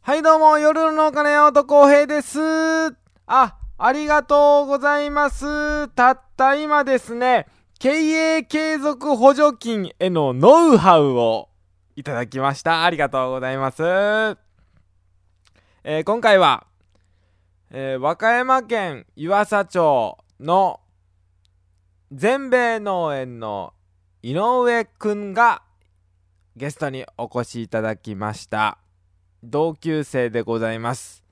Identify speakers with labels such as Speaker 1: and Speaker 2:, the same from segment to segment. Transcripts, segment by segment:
Speaker 1: はいどうも夜のお金男平ですあありがとうございますたった今ですね経営継続補助金へのノウハウをいただきましたありがとうございます、えー今回は、えー和歌山県湯浅町の全米農園の井上くんがゲストにお越しいただきました同級生でございます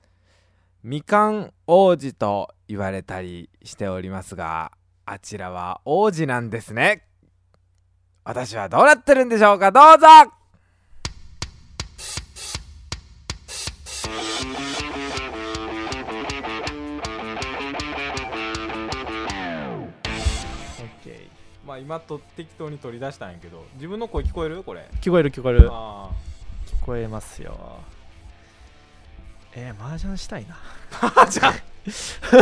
Speaker 1: みかん王子と言われたりしておりますがあちらは王子なんですね私はどうなってるんでしょうかどうぞまあ今と適当に取り出したんやけど自分の声聞こえるこれ
Speaker 2: 聞こえる聞こえる聞
Speaker 1: あ
Speaker 2: こえますよえー、麻雀したいな
Speaker 1: あじゃ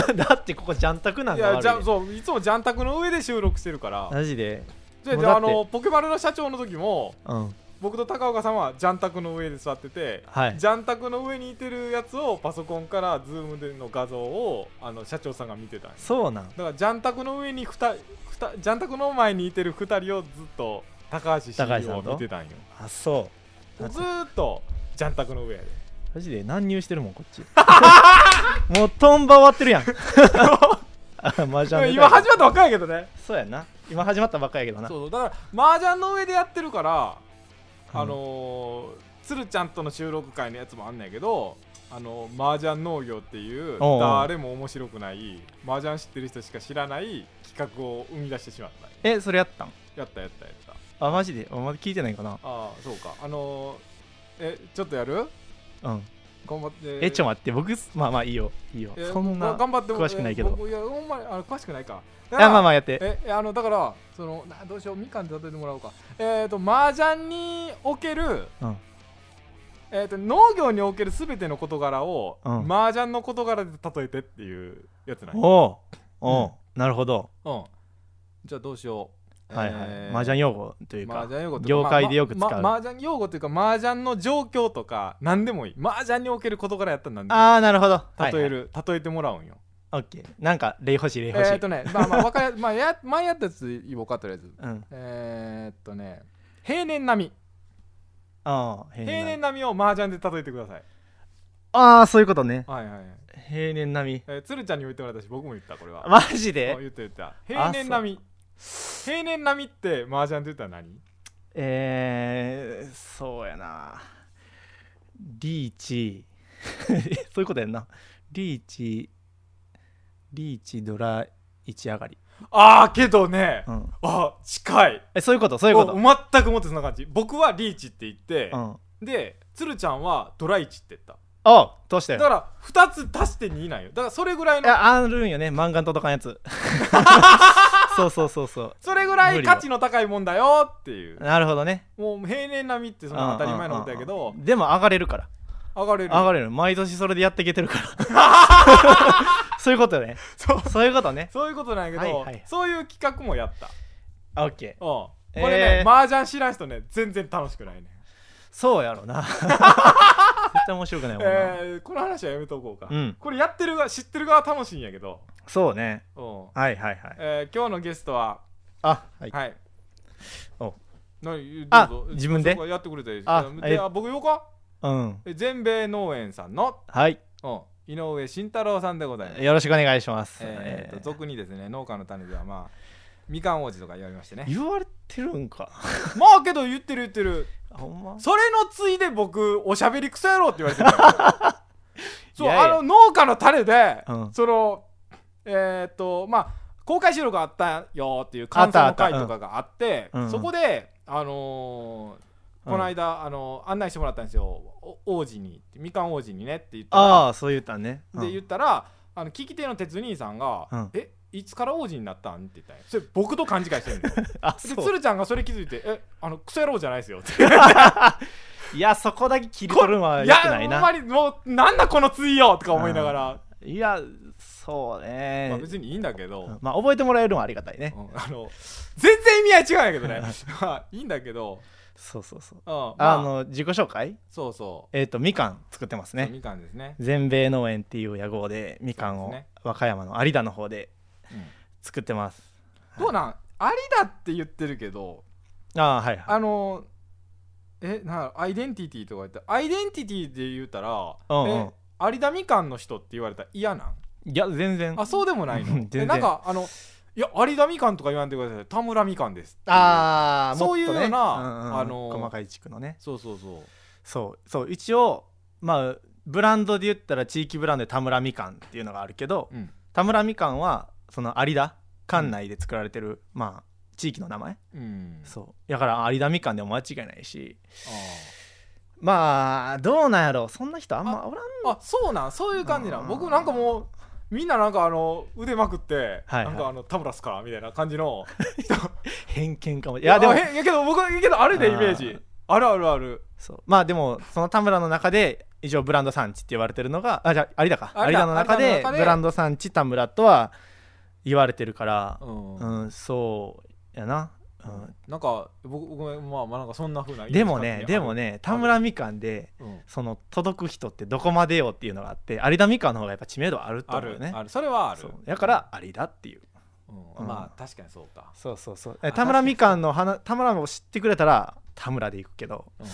Speaker 1: あ
Speaker 2: だってここジャンタクなん
Speaker 1: い
Speaker 2: だ
Speaker 1: や
Speaker 2: 悪
Speaker 1: じ
Speaker 2: い
Speaker 1: ゃそういつもジャン宅の上で収録してるから
Speaker 2: マジで
Speaker 1: じゃあ
Speaker 2: もう
Speaker 1: じゃああ
Speaker 2: だって
Speaker 1: のポケバルの社長の時も
Speaker 2: うん
Speaker 1: 僕と高岡さんはジャン宅の上で座ってて、
Speaker 2: はい
Speaker 1: ジャン宅の上にいてるやつをパソコンからズームでの画像をあの社長さんが見てたんです
Speaker 2: そうなん
Speaker 1: だからジャン宅の上に二人二人ジャン宅の前にいてる2人をずっと高橋 CEO
Speaker 2: 高橋さ
Speaker 1: を
Speaker 2: んと
Speaker 1: 見てたんよ
Speaker 2: あそう
Speaker 1: ずーっとジャン宅の上やで
Speaker 2: マジで乱入してるもん こっちもうトンバ終わってるやんあ麻雀
Speaker 1: 今
Speaker 2: は
Speaker 1: 始まったばっかりやけどね
Speaker 2: そうやな今始まったばっかりやけどな
Speaker 1: そうそうだから麻雀の上でやってるから
Speaker 2: うん
Speaker 1: あのー、鶴ちゃんとの収録会のやつもあんねんけど、あのー、麻雀農業っていう
Speaker 2: おうおう
Speaker 1: 誰も面白くない麻雀知ってる人しか知らない企画を生み出してしまった
Speaker 2: えそれやったん
Speaker 1: やったやったやった
Speaker 2: あマジであまだ聞いてないかな
Speaker 1: ああそうかあのー、えちょっとやる
Speaker 2: うん
Speaker 1: 頑張って
Speaker 2: えちょ待って僕まあまあいいよいいよ
Speaker 1: え
Speaker 2: そん
Speaker 1: が
Speaker 2: な
Speaker 1: 頑張って
Speaker 2: 詳しくないけど
Speaker 1: え僕いやほんまにあの詳しくないかだ
Speaker 2: あまあまあやって
Speaker 1: ええあのだからそのなどうしようみかんで例えてもらおうかえっ、ー、と麻雀における、
Speaker 2: うん
Speaker 1: えー、と農業におけるすべての事柄を、
Speaker 2: うん
Speaker 1: 麻雀の事柄で例えてっていうやつなんや
Speaker 2: おうおうなるほど
Speaker 1: うんじゃあどうしよう
Speaker 2: はいはい、麻雀
Speaker 1: 用
Speaker 2: 用語という
Speaker 1: 麻
Speaker 2: か
Speaker 1: 雀用語という
Speaker 2: 業
Speaker 1: か
Speaker 2: 界でよく使う、
Speaker 1: まま麻雀用語というか麻雀の状況とか何でもいい麻雀における事柄やったら何でもいい
Speaker 2: ああなるほど
Speaker 1: 例え
Speaker 2: はいはい、
Speaker 1: る、例えてもらうんよ
Speaker 2: オッケーなんか例欲しい例
Speaker 1: えっ、
Speaker 2: 欲しい、
Speaker 1: ー、とねまあまあわかりまあや前やったやつ言おうかとりあえず
Speaker 2: うん
Speaker 1: えー、っとね平年並み
Speaker 2: ああ平
Speaker 1: 平
Speaker 2: 年
Speaker 1: 年並
Speaker 2: 並み
Speaker 1: みを麻雀で例えてください
Speaker 2: ああそういうことね
Speaker 1: はいはいはい、
Speaker 2: 平年並み
Speaker 1: えー、鶴ちゃんにも言ってもらったし僕も言ったこれは
Speaker 2: マジ
Speaker 1: あ
Speaker 2: で
Speaker 1: 言った言った平年並み平年並みって麻雀で言ったら何
Speaker 2: えー、そうやなリーチ そういうことやんなリーチリーチドラ1上がり、
Speaker 1: ああけどね、
Speaker 2: うん、
Speaker 1: あ近い
Speaker 2: えそういうことそういうこと、
Speaker 1: お全くもってそんな感じ僕はリーチって言って
Speaker 2: う、ん、
Speaker 1: で鶴ちゃんはドライチって言った
Speaker 2: あどうした
Speaker 1: だ
Speaker 2: よ
Speaker 1: から2つ足して2なんよだからそれぐらい
Speaker 2: い
Speaker 1: の
Speaker 2: やあるんよね漫画に届かん やつそうそうそうそ
Speaker 1: それぐらい価値の高いもんだよっていう
Speaker 2: うなるほどね
Speaker 1: もう平年並みってその当たり前のことやけ
Speaker 2: うんうん
Speaker 1: ど
Speaker 2: うんうんでも上がれるから
Speaker 1: 上がれる
Speaker 2: 上がれる毎年それでやっていけてるか らそういうことね
Speaker 1: そう
Speaker 2: そういうことね
Speaker 1: そういうことなんやけど、
Speaker 2: はいはい
Speaker 1: そういう企画もやった。
Speaker 2: オッケー
Speaker 1: うん、これね、
Speaker 2: えー
Speaker 1: 麻雀知らん人ね、全然楽しくないね。
Speaker 2: そうや ろな絶対面白くないもんな、
Speaker 1: えーこの話はやめとこうか。
Speaker 2: うん
Speaker 1: これやってる側、知ってる側は楽しいんやけど。
Speaker 2: そうね
Speaker 1: うん
Speaker 2: はいはいはい
Speaker 1: えー今日のゲストは、
Speaker 2: あはい
Speaker 1: はい。
Speaker 2: お
Speaker 1: 何
Speaker 2: あ
Speaker 1: どうぞ
Speaker 2: 自分で
Speaker 1: そうやってくれたり
Speaker 2: あ
Speaker 1: で
Speaker 2: え
Speaker 1: あ僕よか
Speaker 2: うん
Speaker 1: え全米農園さんの、
Speaker 2: はい
Speaker 1: うん、井上慎太郎さんでございます。
Speaker 2: よろしくお願いします、
Speaker 1: えーと
Speaker 2: えー
Speaker 1: 俗にですね、農家の種では、まあ、みかん王子とか言われましてね。
Speaker 2: 言われてるんか
Speaker 1: まあけど言ってる言ってる。
Speaker 2: ほんま
Speaker 1: それのついで僕おしゃべりクソ野郎って言われてるから そう
Speaker 2: いやいや
Speaker 1: あの農家の種で、
Speaker 2: うん
Speaker 1: そのえーっとまあ公開収録あったよっていう感想
Speaker 2: あ
Speaker 1: の
Speaker 2: ったあっ
Speaker 1: 会
Speaker 2: た
Speaker 1: とかがあって、
Speaker 2: うん
Speaker 1: そこであのー
Speaker 2: うん
Speaker 1: この間、あの案内してもらったんですよお王子にみかん王子にねって言ったら
Speaker 2: ああそう言ったね、うん
Speaker 1: で言ったらあの聞き手の鉄兄さんが「
Speaker 2: うん
Speaker 1: えいつから王子になったん?」って言ったんよそれ僕と勘違いしてるんで
Speaker 2: あ
Speaker 1: で
Speaker 2: そう
Speaker 1: 鶴ちゃんがそれ気づいて「えあのクソ野郎じゃないです よ」って
Speaker 2: いやそこだけ切り取るのはよくない
Speaker 1: や
Speaker 2: な
Speaker 1: ほんまにもうなんだこのツイよとか思いながら、
Speaker 2: いやそうね、
Speaker 1: まあ、別にいいんだけど、
Speaker 2: うんまあ覚えてもらえるのはありがたいね
Speaker 1: うんあの全然意味合い違うんやけどねまあいいんだけど
Speaker 2: そうそうそう
Speaker 1: うんま
Speaker 2: あ
Speaker 1: あ
Speaker 2: の自己紹介
Speaker 1: そうそう
Speaker 2: えっ、とみかん作ってますね
Speaker 1: みかんですね、
Speaker 2: 全米農園っていう屋号でみかん
Speaker 1: そう
Speaker 2: を
Speaker 1: ですね
Speaker 2: 和歌山の有田の方で作ってます
Speaker 1: どうなんありだって言ってるけど
Speaker 2: ああはいはい
Speaker 1: あのえなんだろアイデンティティとか言ってアイデンティティで言ったら、
Speaker 2: うんうん
Speaker 1: え有田みかんの人って言われたら嫌なん
Speaker 2: いや全然
Speaker 1: あそうでもないの
Speaker 2: うん全然
Speaker 1: えなんかあのいや有田みかんとか言わんでください田村みかんです
Speaker 2: あー
Speaker 1: そういう
Speaker 2: もっと
Speaker 1: ようなあ
Speaker 2: あ
Speaker 1: の
Speaker 2: の
Speaker 1: ー
Speaker 2: 細かい地区のね
Speaker 1: そうそうそう
Speaker 2: そうそう一応まあブランドで言ったら地域ブランドで田村みかんっていうのがあるけど
Speaker 1: うん
Speaker 2: 田村みかんはその有田管内で作られてる、まあ地域の名前、
Speaker 1: うん
Speaker 2: そうだから有田みかんでも間違いないし
Speaker 1: あ
Speaker 2: まあどうなんやろうそんな人あんまおらん
Speaker 1: ーあそうなんそういう感じな
Speaker 2: あ
Speaker 1: ん
Speaker 2: ー
Speaker 1: 僕なんかもうみんななんかあの腕まくって、
Speaker 2: はいはい
Speaker 1: なんかあの田村っすからみたいな感じの
Speaker 2: 偏見かもい
Speaker 1: い
Speaker 2: やでも
Speaker 1: いやけど僕はいやけどあるでイメージあるあるある
Speaker 2: そうまあでもその田村の中で一応ブランド産地って言われてるのがあじゃあ有田か
Speaker 1: 有田
Speaker 2: 有田の中
Speaker 1: 有田の
Speaker 2: で
Speaker 1: 中で
Speaker 2: ブランド産地田村とは言われてるから
Speaker 1: うん
Speaker 2: うんそうやな、うん、
Speaker 1: なんか僕ごめんまあまあなんかそんな風なイメージ
Speaker 2: でもね
Speaker 1: 勝手に
Speaker 2: でもね田村みかんで
Speaker 1: あるうん
Speaker 2: その届く人ってどこまでよっていうのがあって有田みかんの方がやっぱ知名度あると
Speaker 1: あ
Speaker 2: 思うよ
Speaker 1: る
Speaker 2: ね
Speaker 1: あるそれはある
Speaker 2: そうだから有田っていう
Speaker 1: うん
Speaker 2: うん
Speaker 1: まあ確かにそうか
Speaker 2: そうそうそう
Speaker 1: あ
Speaker 2: 田村みかんの花田村を知ってくれたら田村で行くけど
Speaker 1: うん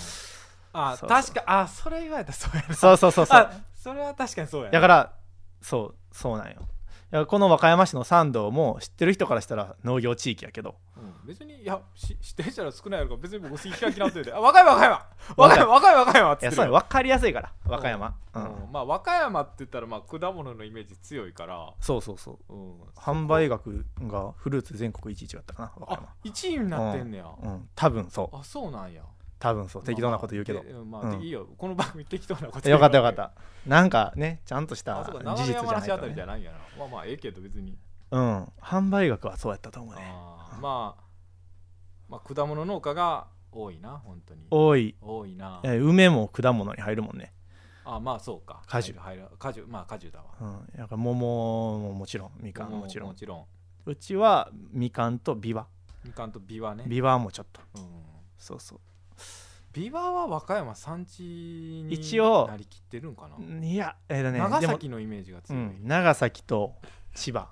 Speaker 1: あ
Speaker 2: そうそう
Speaker 1: 確かあそれ言われたらそうやな
Speaker 2: そうそうそうそう
Speaker 1: あそれは確かにそうやな
Speaker 2: だからそうそうなんよだからこの和歌山市の山道も知ってる人からしたら農業地域やけど
Speaker 1: うん別にいやし知ってる人は少ないやろから別に僕好き嫌いなっててあ若い若い若い若い若いっ
Speaker 2: い
Speaker 1: つって
Speaker 2: やそう
Speaker 1: る
Speaker 2: や
Speaker 1: よ
Speaker 2: 分かりやすいから和歌山う
Speaker 1: うん
Speaker 2: ん
Speaker 1: まあ和歌山って言ったらまあ果物のイメージ強いから
Speaker 2: そうそうそう
Speaker 1: うん
Speaker 2: 販売額がフルーツ全国1位だったかな和歌
Speaker 1: あ1位になってんねや
Speaker 2: 山うん多分そう
Speaker 1: あそうなんや
Speaker 2: 多分そう適当なこと言うけど
Speaker 1: まあまあでまあ
Speaker 2: うん
Speaker 1: でいいよこの番組適当なこと言う
Speaker 2: よかったよかったなんかねちゃんとした
Speaker 1: あそうか
Speaker 2: 事
Speaker 1: 長
Speaker 2: 実じ
Speaker 1: 野
Speaker 2: ゃ
Speaker 1: 山
Speaker 2: ない
Speaker 1: 梨あ
Speaker 2: と
Speaker 1: たりじゃ
Speaker 2: ね
Speaker 1: ないんやなまあまあええけど別に
Speaker 2: うん販売額はそうやったと思うね
Speaker 1: あーまあまあ果物農家が多いな本当に
Speaker 2: 多い
Speaker 1: 多いな
Speaker 2: え梅も果物に入るもんね
Speaker 1: あまあそうか
Speaker 2: 果樹
Speaker 1: 入る入る果樹まあ果樹だわ
Speaker 2: うんだから桃ももちろんみかんももちろ
Speaker 1: も
Speaker 2: ん
Speaker 1: ちろん
Speaker 2: うちはみかんとビワ
Speaker 1: みかんとビワね
Speaker 2: ビワもちょっと
Speaker 1: うん
Speaker 2: そうそう
Speaker 1: ビワは和歌山山地に
Speaker 2: 一応
Speaker 1: なりきってるんかな、
Speaker 2: いやえっ、とね
Speaker 1: 長
Speaker 2: で
Speaker 1: 崎のイメージが強い、
Speaker 2: も、うん、長崎と千葉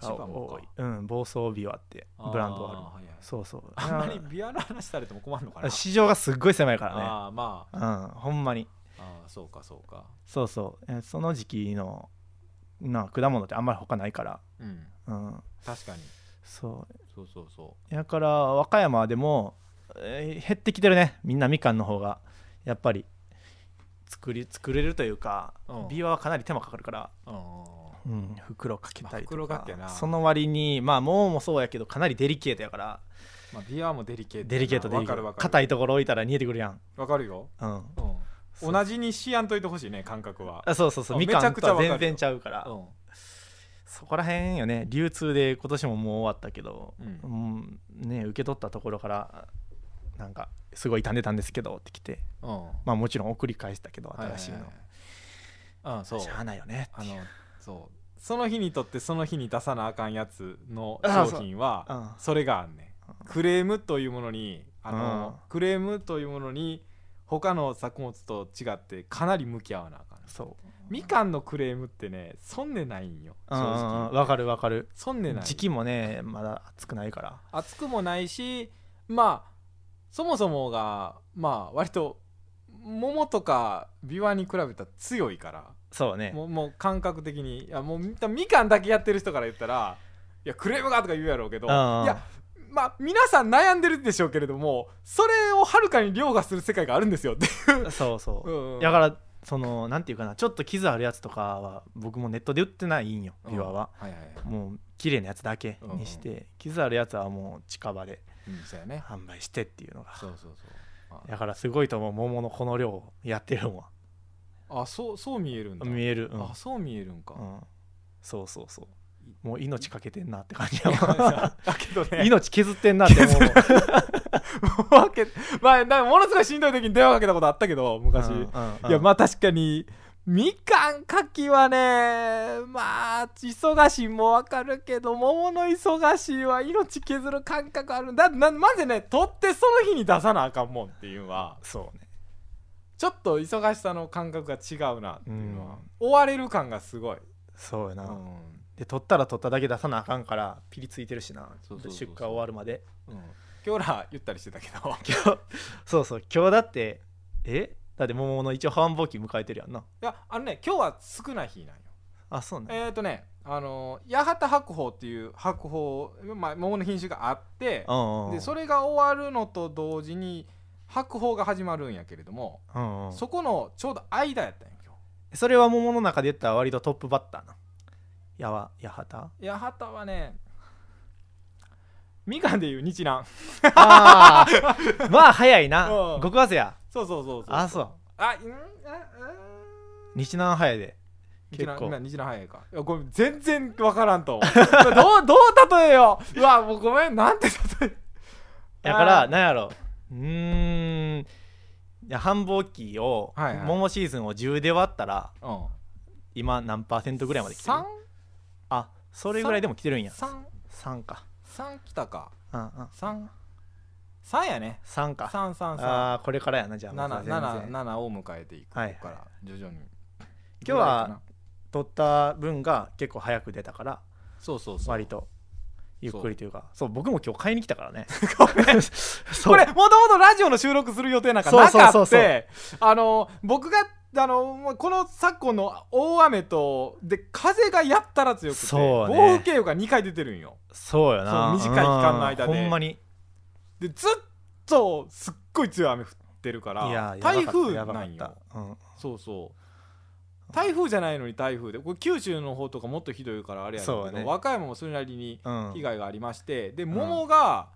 Speaker 1: 千葉もか
Speaker 2: 多いうん暴走ビワってブランドある
Speaker 1: る
Speaker 2: そうそう
Speaker 1: あんまりビワの話されても困るのかな
Speaker 2: あ市場がすっごい狭いからね
Speaker 1: ああまあ
Speaker 2: うんほんまに
Speaker 1: ああそうかそうか
Speaker 2: そうそうえーその時期のな果物ってあんまり他ないから
Speaker 1: うん
Speaker 2: うん
Speaker 1: 確かに
Speaker 2: そ
Speaker 1: そうそうそう
Speaker 2: やから和歌山でも、えー減ってきてるねみんなみかんの方がやっぱり作り作れるというか、
Speaker 1: うん
Speaker 2: ビワはかなり手間かかるから
Speaker 1: ううん
Speaker 2: うん、袋かけたりと
Speaker 1: まあ
Speaker 2: か
Speaker 1: 袋かけな
Speaker 2: その割にまあ桃もそうやけどかなりデリケートやから
Speaker 1: まあビワもデリケートやな
Speaker 2: デリケートデ
Speaker 1: わ
Speaker 2: リケ
Speaker 1: か
Speaker 2: ー
Speaker 1: るわ
Speaker 2: ト
Speaker 1: かる
Speaker 2: 硬いところ置いたら煮えてくるやん、
Speaker 1: わかるよ、
Speaker 2: うん、
Speaker 1: う
Speaker 2: そ
Speaker 1: ん、
Speaker 2: う
Speaker 1: 同じにしやんといてほしいね感覚は
Speaker 2: あそうそうそ
Speaker 1: あ
Speaker 2: うみかんとは
Speaker 1: めちゃく
Speaker 2: 全
Speaker 1: ちゃわかる
Speaker 2: 然ちゃうから、
Speaker 1: うん
Speaker 2: そこら辺よね流通で今年ももう終わったけど、
Speaker 1: うん
Speaker 2: うんね、受け取ったところからなんかすごい傷んでたんですけどってきて
Speaker 1: うん
Speaker 2: まあもちろん送り返したけど
Speaker 1: はいはい
Speaker 2: 新しいの、
Speaker 1: うんそう
Speaker 2: しゃあないよね
Speaker 1: あのそうその日にとってその日に出さなあかんやつの
Speaker 2: あ
Speaker 1: 商品は
Speaker 2: うん
Speaker 1: それがあんねんクレームというものにあの、
Speaker 2: うん
Speaker 1: クレームというものに他の作物と違ってかなり向き合わなあかん
Speaker 2: そう
Speaker 1: みかんのクレームってねそんでないんよ正
Speaker 2: うんうんう
Speaker 1: 直
Speaker 2: んわかるわかる
Speaker 1: そんでない
Speaker 2: 時期もねまだ暑くないから
Speaker 1: 熱くもないしまあそもそもがまあ割と桃とかビワに比べたら強いから
Speaker 2: そうね
Speaker 1: もうもう感覚的にいやもうみみかんだけやってる人から言ったらいやクレームがとか言うやろうけどい
Speaker 2: うんうん
Speaker 1: やまあ皆さん悩んでるでしょうけれどもそれをはるかに凌駕する世界があるんですよっていう
Speaker 2: そうそう、
Speaker 1: うんうん
Speaker 2: だからそのなんていうかなちょっと傷あるやつとかは僕もネットで売ってないんよビワは、、
Speaker 1: うんはいはいはい
Speaker 2: もう綺麗なやつだけにして、傷あるやつはもう近場で
Speaker 1: うん、そうやね
Speaker 2: 販売してっていうのが
Speaker 1: そうそうそうま
Speaker 2: だからすごいと思う桃のこの量やってるも
Speaker 1: ああそうそう見えるんだ
Speaker 2: ん見えるうん、
Speaker 1: あそう見えるんか、
Speaker 2: うんそうそうそうもう命かけてんなって感じ
Speaker 1: い
Speaker 2: や
Speaker 1: やい
Speaker 2: わ
Speaker 1: やだけどね
Speaker 2: 命削ってんなって 思う
Speaker 1: わけまあだからものすごいしんどい時に電話かけたことあったけど昔、
Speaker 2: うんうんうん
Speaker 1: いやまあ確かにみかんかきはねまあ忙しいもわかるけど桃の忙しいは命削る感覚あるだなまずね取ってその日に出さなあかんもんっていうのは
Speaker 2: そうね
Speaker 1: ちょっと忙しさの感覚が違うなっていうのは、
Speaker 2: うん
Speaker 1: 追われる感がすごい、
Speaker 2: そうやな、
Speaker 1: うん
Speaker 2: で取ったら取っただけ出さなあかんからピリついてるしな
Speaker 1: そうそうそうそう
Speaker 2: 出荷終わる まで
Speaker 1: 今日ら言ったりしてたけ どい
Speaker 2: 今日そうそう今日だってえだって桃の一応繁忙期迎えてるやんな
Speaker 1: やあのね今日は少ない日なんよ
Speaker 2: あそうね
Speaker 1: えっ、ー、とねあの八幡白鳳っていう白鳳、まあ、桃の品種があって
Speaker 2: うんうん
Speaker 1: でそれが終わるのと同時に白鵬が始まるんやけれども、
Speaker 2: うんうんそ
Speaker 1: そこのちょうど間やったんや今
Speaker 2: れは桃の中で言ったら割とトップバッターなやわ 八幡
Speaker 1: 日八幡はねみかんでいう日南
Speaker 2: ああまあ早いな
Speaker 1: うん
Speaker 2: 極厚や
Speaker 1: そうそうそうそう
Speaker 2: あそう
Speaker 1: あうんあ
Speaker 2: 日南早いで
Speaker 1: うん日
Speaker 2: 結
Speaker 1: 南
Speaker 2: 構
Speaker 1: 今日南早いかいやごめん全然わからんと思うどうどう例えよううわもうごめんなんて例え
Speaker 2: だから
Speaker 1: あー
Speaker 2: なんやろうーんいや繁忙期を、
Speaker 1: はいはい
Speaker 2: 桃シーズンを10で割ったら
Speaker 1: うん
Speaker 2: 今何パーセントぐらいまで来てるあそれぐらいでも来てるんや
Speaker 1: 33
Speaker 2: 3か
Speaker 1: 来たか
Speaker 2: うんうん
Speaker 1: 33やね
Speaker 2: 3か
Speaker 1: 333
Speaker 2: あーこれからやなじゃあまた全然
Speaker 1: 77を迎えていくここ
Speaker 2: はい
Speaker 1: から徐々に
Speaker 2: 今日は取った分が結構早く出たから
Speaker 1: そうそうそう
Speaker 2: 割とゆっくりというかそう僕も今日買いに来たからねそ
Speaker 1: こ
Speaker 2: う
Speaker 1: れもともとラジオの収録する予定なんか
Speaker 2: そう
Speaker 1: なか
Speaker 2: そ
Speaker 1: っ
Speaker 2: うそうそう
Speaker 1: てあの僕があのもうこの昨今の大雨とで風がやったら強くて、
Speaker 2: そうね
Speaker 1: 暴風警報が2回出てるんよ
Speaker 2: そうよな
Speaker 1: そう短い期間の間で
Speaker 2: うんほんまに
Speaker 1: でずっとすっごい強い雨降ってるか
Speaker 2: いや
Speaker 1: ら
Speaker 2: やばかった
Speaker 1: 台風
Speaker 2: やば
Speaker 1: な
Speaker 2: かっ
Speaker 1: んよ
Speaker 2: たうん
Speaker 1: そうそう台風じゃないのに台風でこれ九州の方とかもっとひどいからあれやねん
Speaker 2: そ
Speaker 1: け
Speaker 2: う
Speaker 1: ど、
Speaker 2: ね
Speaker 1: 和歌山もそれなりに
Speaker 2: うん
Speaker 1: 被害がありまして、で桃が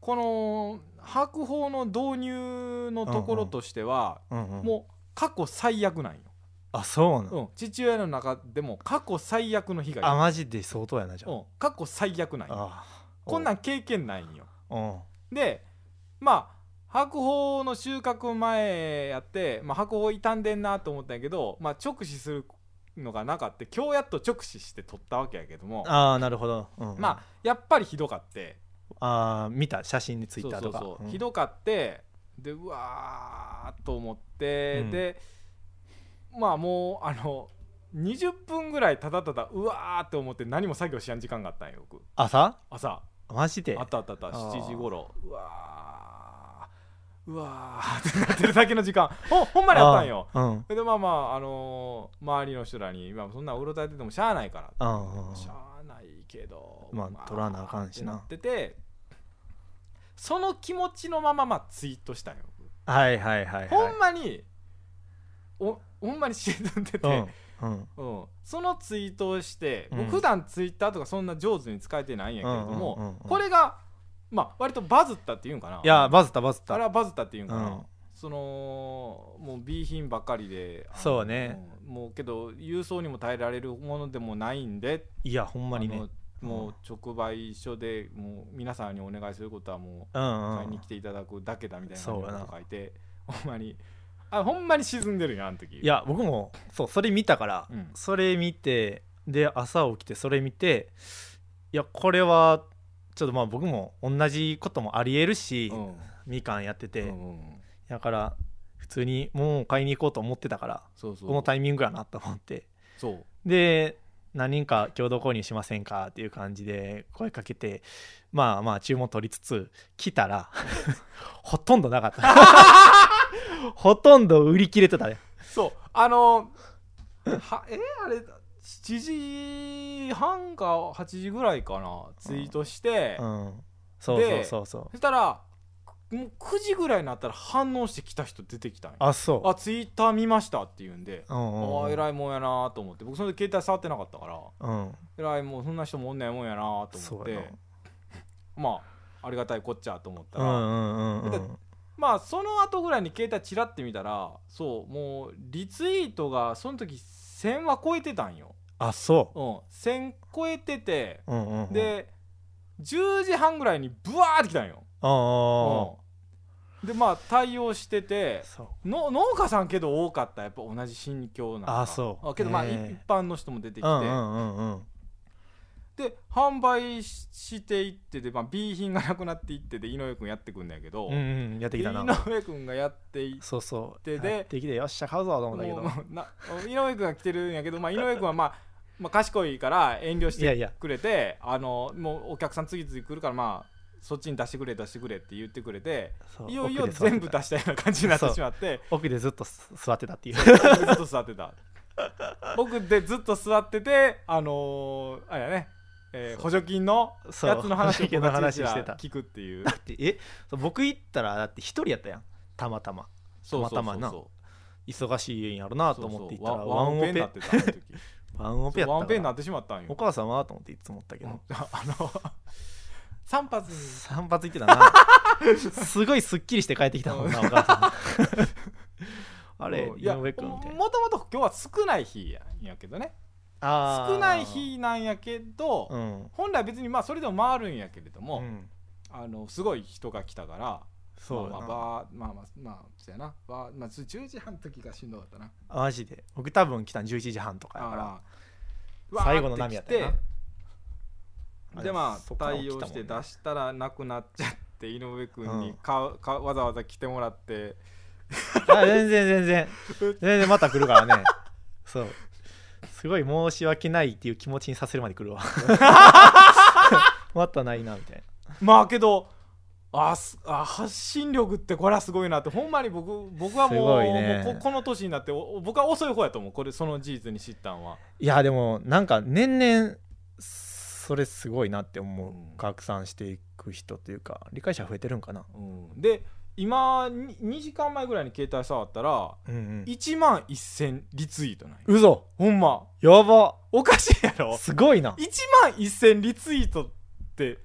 Speaker 1: この白鵬の導入のところとしては、
Speaker 2: うんうん
Speaker 1: もう過去最悪なんよ、
Speaker 2: あそうな
Speaker 1: う
Speaker 2: の
Speaker 1: ん、父親の中でも過去最悪の被害
Speaker 2: あマジで相当やなじゃ
Speaker 1: う
Speaker 2: あ
Speaker 1: ん、過去最悪なんよ
Speaker 2: あー
Speaker 1: こんなん経験ないんよ
Speaker 2: うん
Speaker 1: でまあ白鵬の収穫前やって、まあ、白鵬傷んでんなと思ったんやけど、まあ、直視するのがなかった今日やっと直視して取ったわけやけども
Speaker 2: ああなるほどうんうん
Speaker 1: まあやっぱりひどかって
Speaker 2: ああ見た写真にツイッターとか
Speaker 1: そうそうそう
Speaker 2: うん
Speaker 1: ひどかってでうわーっと思って、
Speaker 2: うん
Speaker 1: でまあもうあの20分ぐらいただただうわーって思って何も作業しやん時間があったんよ僕
Speaker 2: 朝
Speaker 1: 朝
Speaker 2: マジで
Speaker 1: あったあったあった
Speaker 2: あー
Speaker 1: 7時頃うわーうわーってなってるだけの時間ほほんまにあったんよ
Speaker 2: あーうん
Speaker 1: でまあまああのー周りの人らに今そんなうろたえててもしゃあないから
Speaker 2: うんうんうん
Speaker 1: しゃあないけど
Speaker 2: まあ取らなあかんしな
Speaker 1: ってっててその気持ちのまままあツイートしたんよ、
Speaker 2: はいはいはいはい
Speaker 1: ほんまにおほんまに沈んでて、
Speaker 2: うんうん
Speaker 1: うんそのツイートをして、
Speaker 2: うん
Speaker 1: 僕普段ツイッターとかそんな上手に使えてないんやけれども、
Speaker 2: うんうんうんうん
Speaker 1: これがまあ割とバズったっていうんかない
Speaker 2: やバズったバズっ
Speaker 1: あれ
Speaker 2: た
Speaker 1: はバズったっていうんかな、
Speaker 2: うん
Speaker 1: そのもう B 品ばっかりであの
Speaker 2: そうね
Speaker 1: うんもうけど郵送にも耐えられるものでもないんで
Speaker 2: いやほんまに
Speaker 1: あ
Speaker 2: ね
Speaker 1: のもう直売所でもう皆さんにお願いすることはもう
Speaker 2: う
Speaker 1: ん
Speaker 2: う
Speaker 1: 買いに
Speaker 2: ん
Speaker 1: 来ていただくだけだみたいな
Speaker 2: そうやな
Speaker 1: こと書いてほんまにあほんまに沈んでるやんあの時
Speaker 2: いや僕もそうそれ見たから
Speaker 1: うん
Speaker 2: それ見てで朝起きてそれ見ていやこれはちょっとまあ僕も同じこともありえるし
Speaker 1: うんうん
Speaker 2: みかんやって
Speaker 1: う
Speaker 2: て
Speaker 1: んうん
Speaker 2: だから普通にもう買いに行こうと思ってたから
Speaker 1: そうそう
Speaker 2: このタイミングやなと思って
Speaker 1: そう
Speaker 2: で何人か共同購入しませんかっていう感じで声かけてまあまあ注文取りつつ来 たらほとんどなかったほとんど売り切れてたね
Speaker 1: そうあのはえあれ7時半か8時ぐらいかなツイートして、
Speaker 2: うんそうそう
Speaker 1: で
Speaker 2: そうそう
Speaker 1: そしたらもう9時ぐらいになったら反応してきた人出てきたんよ
Speaker 2: あそう
Speaker 1: あツイッター見ましたって言うんで、
Speaker 2: うんうん
Speaker 1: ああ
Speaker 2: うん
Speaker 1: 偉いもんやなと思って僕その時携帯触ってなかったから
Speaker 2: うん
Speaker 1: 偉いもんそんな人もおんないもんやなと思っ
Speaker 2: そうや
Speaker 1: て まあありがたいこっちゃと思った
Speaker 2: なう
Speaker 1: ら、
Speaker 2: んうんうんう
Speaker 1: だっ
Speaker 2: ん
Speaker 1: まあその後ぐらいに携帯チラって見たらそうもうリツイートがその時1000は超えてたんよ、
Speaker 2: あそ
Speaker 1: うん、1000超えてて
Speaker 2: ううんうんうん
Speaker 1: で10時半ぐらいにブワーってきたんよ、
Speaker 2: ああ
Speaker 1: うんでまあ対応してて
Speaker 2: そう
Speaker 1: の農家さんけど多かったやっぱ同じ心境なのか
Speaker 2: あそう
Speaker 1: けどまあ、
Speaker 2: へ
Speaker 1: い
Speaker 2: え
Speaker 1: 一般の人も出てきて、
Speaker 2: うんうんうんうん
Speaker 1: で販売ししていってで、まあ、B 品がなくなっていってで井上君やってくんだけど、
Speaker 2: うんうんやって
Speaker 1: 井
Speaker 2: きたな
Speaker 1: 上君がやってい
Speaker 2: そうそう
Speaker 1: でで
Speaker 2: やってきてよっしゃ買うぞと思ったけ
Speaker 1: もう
Speaker 2: ど
Speaker 1: もうな井上君が来てるんやけど、まあ、井上君は、まあ、まあ賢いから遠慮し
Speaker 2: いや
Speaker 1: て
Speaker 2: いや
Speaker 1: くれてあのもうお客さん次々来るからまあそっちに出してくれ出してくれって言ってくれて
Speaker 2: そう
Speaker 1: いよいよ
Speaker 2: 奥で座ってた
Speaker 1: 全部出したような感じになって
Speaker 2: そう
Speaker 1: しまって
Speaker 2: 奥でずっとす座ってたっていう
Speaker 1: ずっと座ってた僕でずっと座っててあのーあれやね、えー
Speaker 2: そう
Speaker 1: 補助金の
Speaker 2: そう
Speaker 1: やつの話を
Speaker 2: 補助金の 話して た
Speaker 1: 聞くっていう
Speaker 2: だってえそう僕行ったらだって一人やったやんたまたま
Speaker 1: そうそうそうそう
Speaker 2: たまたまな忙しいんやろなと思って行ったら
Speaker 1: そうそう
Speaker 2: ワ
Speaker 1: ワンオ
Speaker 2: ンオ
Speaker 1: ペ
Speaker 2: ペ
Speaker 1: になってたあの時
Speaker 2: ワンオ
Speaker 1: そ
Speaker 2: ペ や
Speaker 1: うワン
Speaker 2: っ
Speaker 1: オペ
Speaker 2: た
Speaker 1: にな
Speaker 2: か
Speaker 1: っ
Speaker 2: ら
Speaker 1: てしまったんよ
Speaker 2: お母さんはと思っていつも思ったけ
Speaker 1: う
Speaker 2: ど
Speaker 1: ん ああの3発に
Speaker 2: 散髪行ってたな すごいすっきりして帰ってき たもんなお母さんあれ
Speaker 1: うんい
Speaker 2: 井
Speaker 1: や
Speaker 2: 上君みたいな
Speaker 1: もともと今日は少ない日やんやけどね
Speaker 2: あー
Speaker 1: 少ない日なんやけど、
Speaker 2: うん
Speaker 1: 本来別にまあそれでも回るんやけれども、
Speaker 2: うん
Speaker 1: あのすごい人が来たから
Speaker 2: そう
Speaker 1: ま
Speaker 2: や
Speaker 1: あまあバーまあ
Speaker 2: な
Speaker 1: まあまあそうやなバー、まあ、10時半の時がしんどかったな
Speaker 2: マジで僕多分来たん11時半とかやから
Speaker 1: あー
Speaker 2: 最後の波やったよな
Speaker 1: わーって来て
Speaker 2: あ
Speaker 1: でまあ
Speaker 2: そっから起き
Speaker 1: 対応
Speaker 2: たもんね
Speaker 1: して出したらなくなっちゃって井上君
Speaker 2: う
Speaker 1: に
Speaker 2: ん
Speaker 1: か、かわざわざ来てもらって
Speaker 2: あ全然全然全然また来るからねそうすごい申し訳ないっていう気持ちにさせるまで来る わ またないなみたい
Speaker 1: まあけどあすあ発信力ってこれはすごいなってほんまに僕僕は
Speaker 2: す
Speaker 1: もう
Speaker 2: ごいね
Speaker 1: もうここの年になってお僕は遅い方やと思うこれその事実に知ったんは、
Speaker 2: ないやでもなんか年々それすごいなって思う、
Speaker 1: うん
Speaker 2: 拡散していく人というか理解者増えてるんかな
Speaker 1: で今に2時間前ぐらいに携帯触ったら
Speaker 2: うんうん
Speaker 1: 1万1000リツイートなんよ
Speaker 2: 嘘
Speaker 1: ほんま
Speaker 2: やば
Speaker 1: おかしいやろ
Speaker 2: すごいな
Speaker 1: 1万1000リツイートって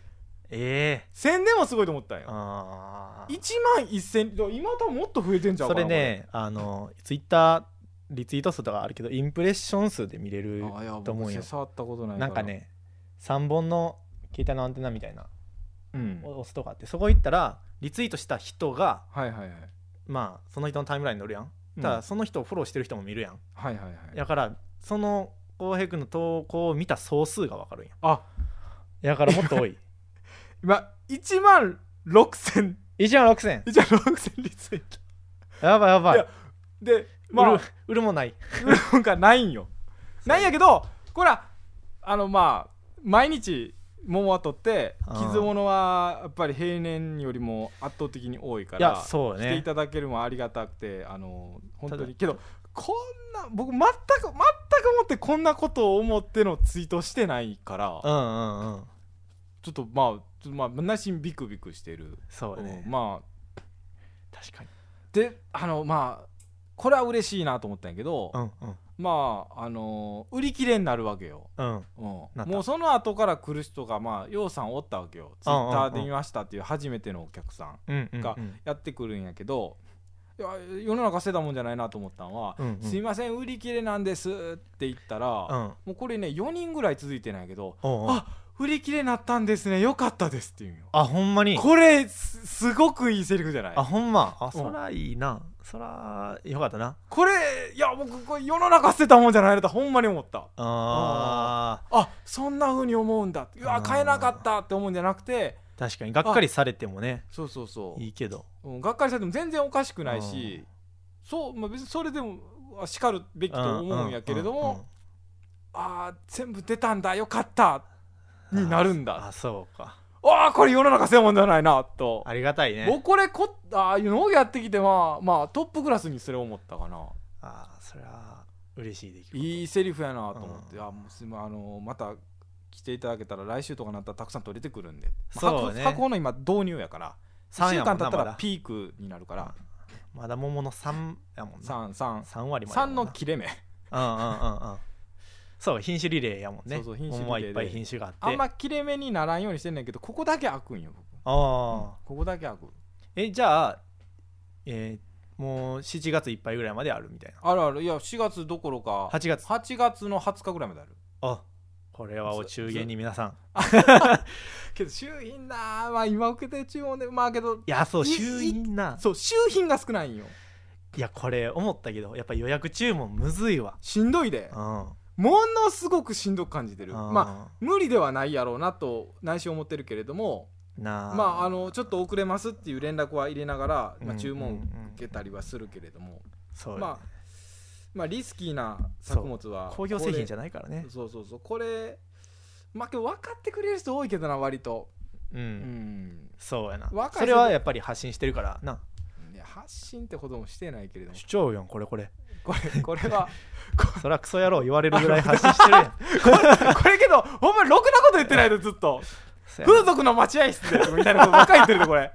Speaker 2: ええ
Speaker 1: 1000でもすごいと思ったんよ
Speaker 2: あー
Speaker 1: 1万1000だから今多分もっと増えてんじゃん
Speaker 2: それねあのツイッターリツイート数とかあるけどインプレッション数で見れる
Speaker 1: あいや
Speaker 2: と思うよ
Speaker 1: 僕触ったことないから
Speaker 2: なんかね3本の携帯のアンテナみたいな
Speaker 1: うん
Speaker 2: を押すとかあってそこ行ったらリツイートした人が
Speaker 1: はいはいはい
Speaker 2: まあその人のタイムラインに載るやんた
Speaker 1: う
Speaker 2: だ
Speaker 1: ん
Speaker 2: その人をフォローしてる人も見るやん
Speaker 1: はいはいはい
Speaker 2: だからその浩平君の投稿を見た総数が分かるんや
Speaker 1: あ
Speaker 2: だからもっと多い
Speaker 1: 今1万6000
Speaker 2: 1万6000
Speaker 1: 1万6000リツイート
Speaker 2: やばいやばい
Speaker 1: いやでま
Speaker 2: 売
Speaker 1: あ
Speaker 2: る売るもんない
Speaker 1: なんかない んよなんやけどこれはあのまあ毎日桃は取って
Speaker 2: うん
Speaker 1: 傷物はやっぱり平年よりも圧倒的に多いか
Speaker 2: いや
Speaker 1: ら
Speaker 2: そう
Speaker 1: 来てい
Speaker 2: ね
Speaker 1: ただけるのもありがたくてあの本当
Speaker 2: た
Speaker 1: に
Speaker 2: だ
Speaker 1: けどこんな僕全く全く思ってこんなことを思ってのツイートしてないから
Speaker 2: うんうんうん
Speaker 1: ちょっとまあちょっとまあ内心ビクビクしてる、
Speaker 2: そうね、
Speaker 1: うんまあ
Speaker 2: 確かに
Speaker 1: であのまあこれは嬉しいなと思ったんやけど、
Speaker 2: うんうん
Speaker 1: まああの売り切れになるわけよ、
Speaker 2: うん
Speaker 1: うん、も
Speaker 2: なった
Speaker 1: うその後から来る人がまあようさんおったわけよツイ
Speaker 2: うんうん
Speaker 1: ッターで見ましたっていう初めてのお客さん
Speaker 2: うんうん
Speaker 1: がやってくるんやけど、いや世の中捨てたもんじゃないなと思ったのは
Speaker 2: うん
Speaker 1: 「すいません売り切れなんです」って言ったら、
Speaker 2: うん
Speaker 1: もうこれね4人ぐらい続いてないけど
Speaker 2: おう
Speaker 1: 「
Speaker 2: おう
Speaker 1: あ売り切れなったんですねよかったです」って言うんよ
Speaker 2: あほんまに
Speaker 1: これすすごくいいセリフじゃない
Speaker 2: あほんまあ
Speaker 1: ん
Speaker 2: そらいいなそらよかったな
Speaker 1: これいや僕これ世の中捨てたもんじゃないなとほんまに思った
Speaker 2: あ
Speaker 1: あそんな風に思うんだうわ
Speaker 2: あー
Speaker 1: 買えなかったって思うんじゃなくて
Speaker 2: ー確かにがっかりされてもね
Speaker 1: そうそうそう
Speaker 2: いいけど
Speaker 1: うん、がっかりされても全然おかしくないしそう、まあ、別にそれでもあ叱るべきと思うんやけれども、ああ全部出たんだよかった
Speaker 2: うんうんうん
Speaker 1: になるん
Speaker 2: あ
Speaker 1: だ
Speaker 2: ーそうか
Speaker 1: ああこれ世の中せんもんじゃないなと、
Speaker 2: ありがたいね
Speaker 1: 僕これこああいうのをやってきてまあまあトップクラスにそれ思ったかな
Speaker 2: あーそりゃ嬉しいできる
Speaker 1: いいセリフやなと思って、
Speaker 2: うん
Speaker 1: あもうすいまあのまた来ていただけたら来週とかなったらたくさん取れてくるんで、まあ
Speaker 2: そうね
Speaker 1: 箱箱の今導入やから1
Speaker 2: 三
Speaker 1: 週
Speaker 2: やも
Speaker 1: 間
Speaker 2: ん
Speaker 1: 経
Speaker 2: な
Speaker 1: った
Speaker 2: ま
Speaker 1: ら
Speaker 2: だ
Speaker 1: ピークになるから
Speaker 2: まだ桃の3やもんな
Speaker 1: 333
Speaker 2: 3割までや
Speaker 1: 3
Speaker 2: もんな
Speaker 1: の切れ目
Speaker 2: うんうんうんうんそう品種リレーやもんね
Speaker 1: そうそう品種リレーで
Speaker 2: 桃はいっぱい品種があって
Speaker 1: あんま切れ目にならんようにしてんねんけどここだけ開くんよ僕
Speaker 2: あー
Speaker 1: ここだけ開く
Speaker 2: えじゃあ、えーもう7月いっぱいぐらいまであるみたいな
Speaker 1: あるあるいや4月どころか
Speaker 2: 8月
Speaker 1: 8月の20日ぐらいまである
Speaker 2: あこれはお中元に皆さん
Speaker 1: けど周品なまあ今受けてる注文でまあけど
Speaker 2: いやそう
Speaker 1: い
Speaker 2: 衆院な
Speaker 1: そう周品が少ないんよ
Speaker 2: いやこれ思ったけどやっぱ予約注文むずいわ
Speaker 1: しんどいで
Speaker 2: うん
Speaker 1: ものすごくしんどく感じてるまあ
Speaker 2: あ
Speaker 1: 無理ではないやろうなと内心思ってるけれども
Speaker 2: な
Speaker 1: まああのちょっと遅れますっていう連絡は入れながら、まあ、注
Speaker 2: うんうん
Speaker 1: 文
Speaker 2: うん
Speaker 1: 受けたりはするけれども、
Speaker 2: そう
Speaker 1: まあまあリスキーな作物は
Speaker 2: 工業製品じ
Speaker 1: ゃ
Speaker 2: ゃないからね
Speaker 1: そうそうそうこれまあけど分かってくれる人多いけどな割と
Speaker 2: うん、
Speaker 1: うん
Speaker 2: そうやな
Speaker 1: 若い世代
Speaker 2: それはやっぱり発信してるからない
Speaker 1: や発信ってほどもしてないけれども
Speaker 2: 主張やんこれこれ
Speaker 1: これこれは
Speaker 2: そらクソ野郎言われるぐらい発信してるや ん
Speaker 1: これけどほんまにろくなこと言ってないでずっと
Speaker 2: そうや
Speaker 1: 風俗の待合室でみたいなことばっかり言ってるでこ れ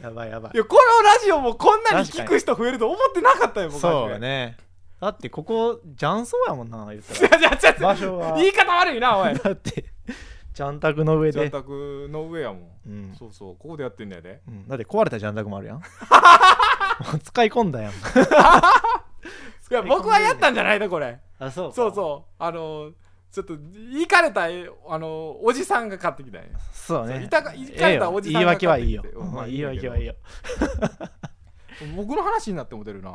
Speaker 2: なやばいやばい
Speaker 1: いやこのラジオもこんなに聞く人増えると思ってなかったよ僕
Speaker 2: そう
Speaker 1: 初め
Speaker 2: やねだってここ雀荘やもんな言った
Speaker 1: いや
Speaker 2: ら
Speaker 1: いやちょっと
Speaker 2: 場所は
Speaker 1: 言い方悪いなおい
Speaker 2: だって雀卓の上
Speaker 1: 住
Speaker 2: で、
Speaker 1: 宅の上やもん、
Speaker 2: うん
Speaker 1: そうそうここでやってんだよね
Speaker 2: うんだって壊れた雀卓も あるやんもう使い込んだやん
Speaker 1: いや僕はやったんじゃないだこれ
Speaker 2: あそうか
Speaker 1: そうそうあのーちょっといかれたあのーおじさんが買ってきたんや
Speaker 2: そう
Speaker 1: そう
Speaker 2: ね
Speaker 1: いたかいかれたおじさんが
Speaker 2: ええよ言い訳はいいよ
Speaker 1: 買ってきてうんまあ
Speaker 2: うん言い訳はいいよ
Speaker 1: 僕の話になっても出るな、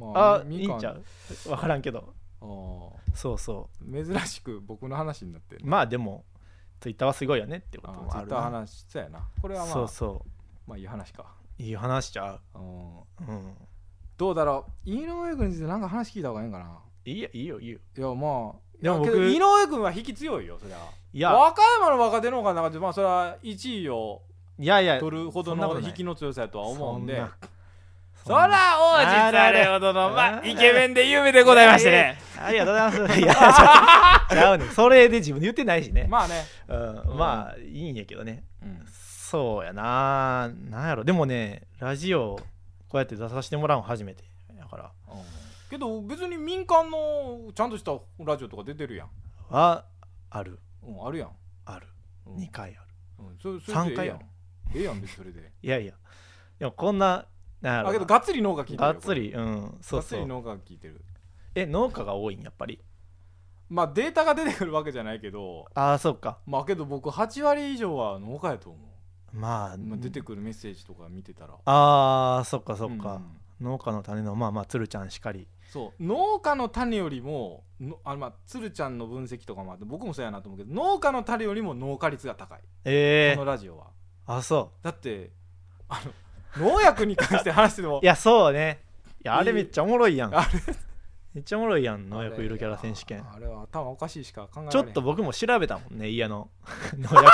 Speaker 1: ま
Speaker 2: あい
Speaker 1: み
Speaker 2: い
Speaker 1: か
Speaker 2: んちゃう分からんけど
Speaker 1: あー
Speaker 2: そうそ
Speaker 1: 珍しく僕の話になってる
Speaker 2: うまあでもツイッターはすごいよねってこ
Speaker 1: あ
Speaker 2: と
Speaker 1: ー
Speaker 2: も
Speaker 1: ツイ
Speaker 2: あ
Speaker 1: ッ
Speaker 2: る
Speaker 1: ター
Speaker 2: な
Speaker 1: 話そうやなこれはまあ
Speaker 2: そうそ
Speaker 1: まあいい話か
Speaker 2: ういい話ちゃ
Speaker 1: うん
Speaker 2: ううん
Speaker 1: どうだろう井上君についてなんか話聞いた方がいいんかない
Speaker 2: いよいいよいいよ
Speaker 1: いやまあ
Speaker 2: でも
Speaker 1: け
Speaker 2: 僕
Speaker 1: ど井上君は引き強いよそりゃ
Speaker 2: いや
Speaker 1: 和歌山の若手の方がなんかまあそれは1位を
Speaker 2: いやいや
Speaker 1: 取るほど
Speaker 2: そんなこ
Speaker 1: の
Speaker 2: とない
Speaker 1: 引きの強さやとは思うんで
Speaker 2: そんな
Speaker 1: そら王子
Speaker 2: あら
Speaker 1: さ
Speaker 2: れ
Speaker 1: れほどのま
Speaker 2: あ
Speaker 1: あ
Speaker 2: ら
Speaker 1: イケメンで有名でございまして
Speaker 2: いやい
Speaker 1: ね
Speaker 2: ありがとうございます。いや、ちゃうちゃうねんそれで自分で言ってないし ね。
Speaker 1: まあね
Speaker 2: うん、まあ、いいんやけどね。
Speaker 1: うん
Speaker 2: そうやな。なんやろ。でもね、ラジオ、こうやって出させてもらうの初めて。だから、
Speaker 1: けど別に民間のちゃんとしたラジオとか出てるやん
Speaker 2: は、ある、
Speaker 1: うんあるやん
Speaker 2: ある。
Speaker 1: うん
Speaker 2: 2回ある。
Speaker 1: うんそそれでええやん
Speaker 2: 三回やろ
Speaker 1: ええやん別にそれで
Speaker 2: いやいや。でも、こんな、なんやろ
Speaker 1: あけ
Speaker 2: な。
Speaker 1: どがっつり農家聞いてる
Speaker 2: が
Speaker 1: よ
Speaker 2: っつり、うん、
Speaker 1: これ
Speaker 2: そ
Speaker 1: が
Speaker 2: う
Speaker 1: っつ
Speaker 2: そ
Speaker 1: り
Speaker 2: う。
Speaker 1: 農家聞いてる
Speaker 2: え、農家が多いん、やっぱり。
Speaker 1: まあデータが出てくるわけじゃないけど
Speaker 2: ああ、そうか。
Speaker 1: まあけど僕8割以上は農家やと思
Speaker 2: まあ、
Speaker 1: う、まあ、出てくるメッセージとか見てたら
Speaker 2: ああ、そっかそっ
Speaker 1: う
Speaker 2: か。
Speaker 1: ん
Speaker 2: 農家の種の、まあまあ、鶴ちゃんしかり。
Speaker 1: そう農家の種よりものあのまあ鶴ちゃんの分析とかもあって僕もそうやなと思うけど農家の種よりも農家率が高い
Speaker 2: え
Speaker 1: この
Speaker 2: え
Speaker 1: ラジオは
Speaker 2: あ、そう。
Speaker 1: だってあの農薬に関して話しても
Speaker 2: いや、そうね。い
Speaker 1: い
Speaker 2: や、
Speaker 1: い
Speaker 2: あれめっちゃおもろいやん。
Speaker 1: あ
Speaker 2: めっちゃおもろいやん、農薬ゆるキャラ選手権。
Speaker 1: あれは頭おかしいしか考えられ
Speaker 2: ち
Speaker 1: へ
Speaker 2: ょ
Speaker 1: ん
Speaker 2: っと僕も調べたもんね、家の農薬。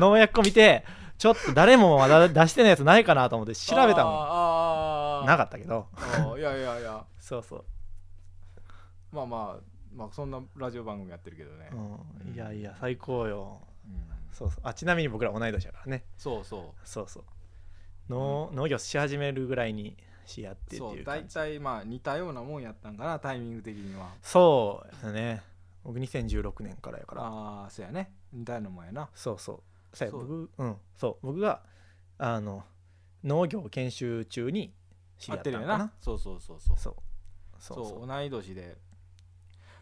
Speaker 2: 農薬を見て、ちょっと誰もまだ出してないやつないかなと思って調べたも
Speaker 1: あーあ
Speaker 2: ん。
Speaker 1: ー
Speaker 2: なかったけど。
Speaker 1: あーいやいやいや
Speaker 2: そうそう。
Speaker 1: まあまあまあそんなラジオ番組やってるけどね、
Speaker 2: うん、いやいや、最高よ。
Speaker 1: うん
Speaker 2: そうそう。あ、ちなみに僕ら同い年だからね。
Speaker 1: そうそ
Speaker 2: そうそう。農農業し始めるぐらいにしやって
Speaker 1: う
Speaker 2: って
Speaker 1: そ
Speaker 2: いうう
Speaker 1: 大
Speaker 2: 感じ。
Speaker 1: 体まあ似たようなもんやったんかなタイミング的には
Speaker 2: そうだね。僕2016年からやから。
Speaker 1: ああーそうやね似たようなもんやな
Speaker 2: そうそうそうや
Speaker 1: そう
Speaker 2: 僕うんそう僕があの農業研修中に知
Speaker 1: 合っ
Speaker 2: り合った
Speaker 1: てる
Speaker 2: の
Speaker 1: よ
Speaker 2: か
Speaker 1: な
Speaker 2: な
Speaker 1: そうそうそうそう
Speaker 2: そうそう
Speaker 1: そう
Speaker 2: そう
Speaker 1: 同い年で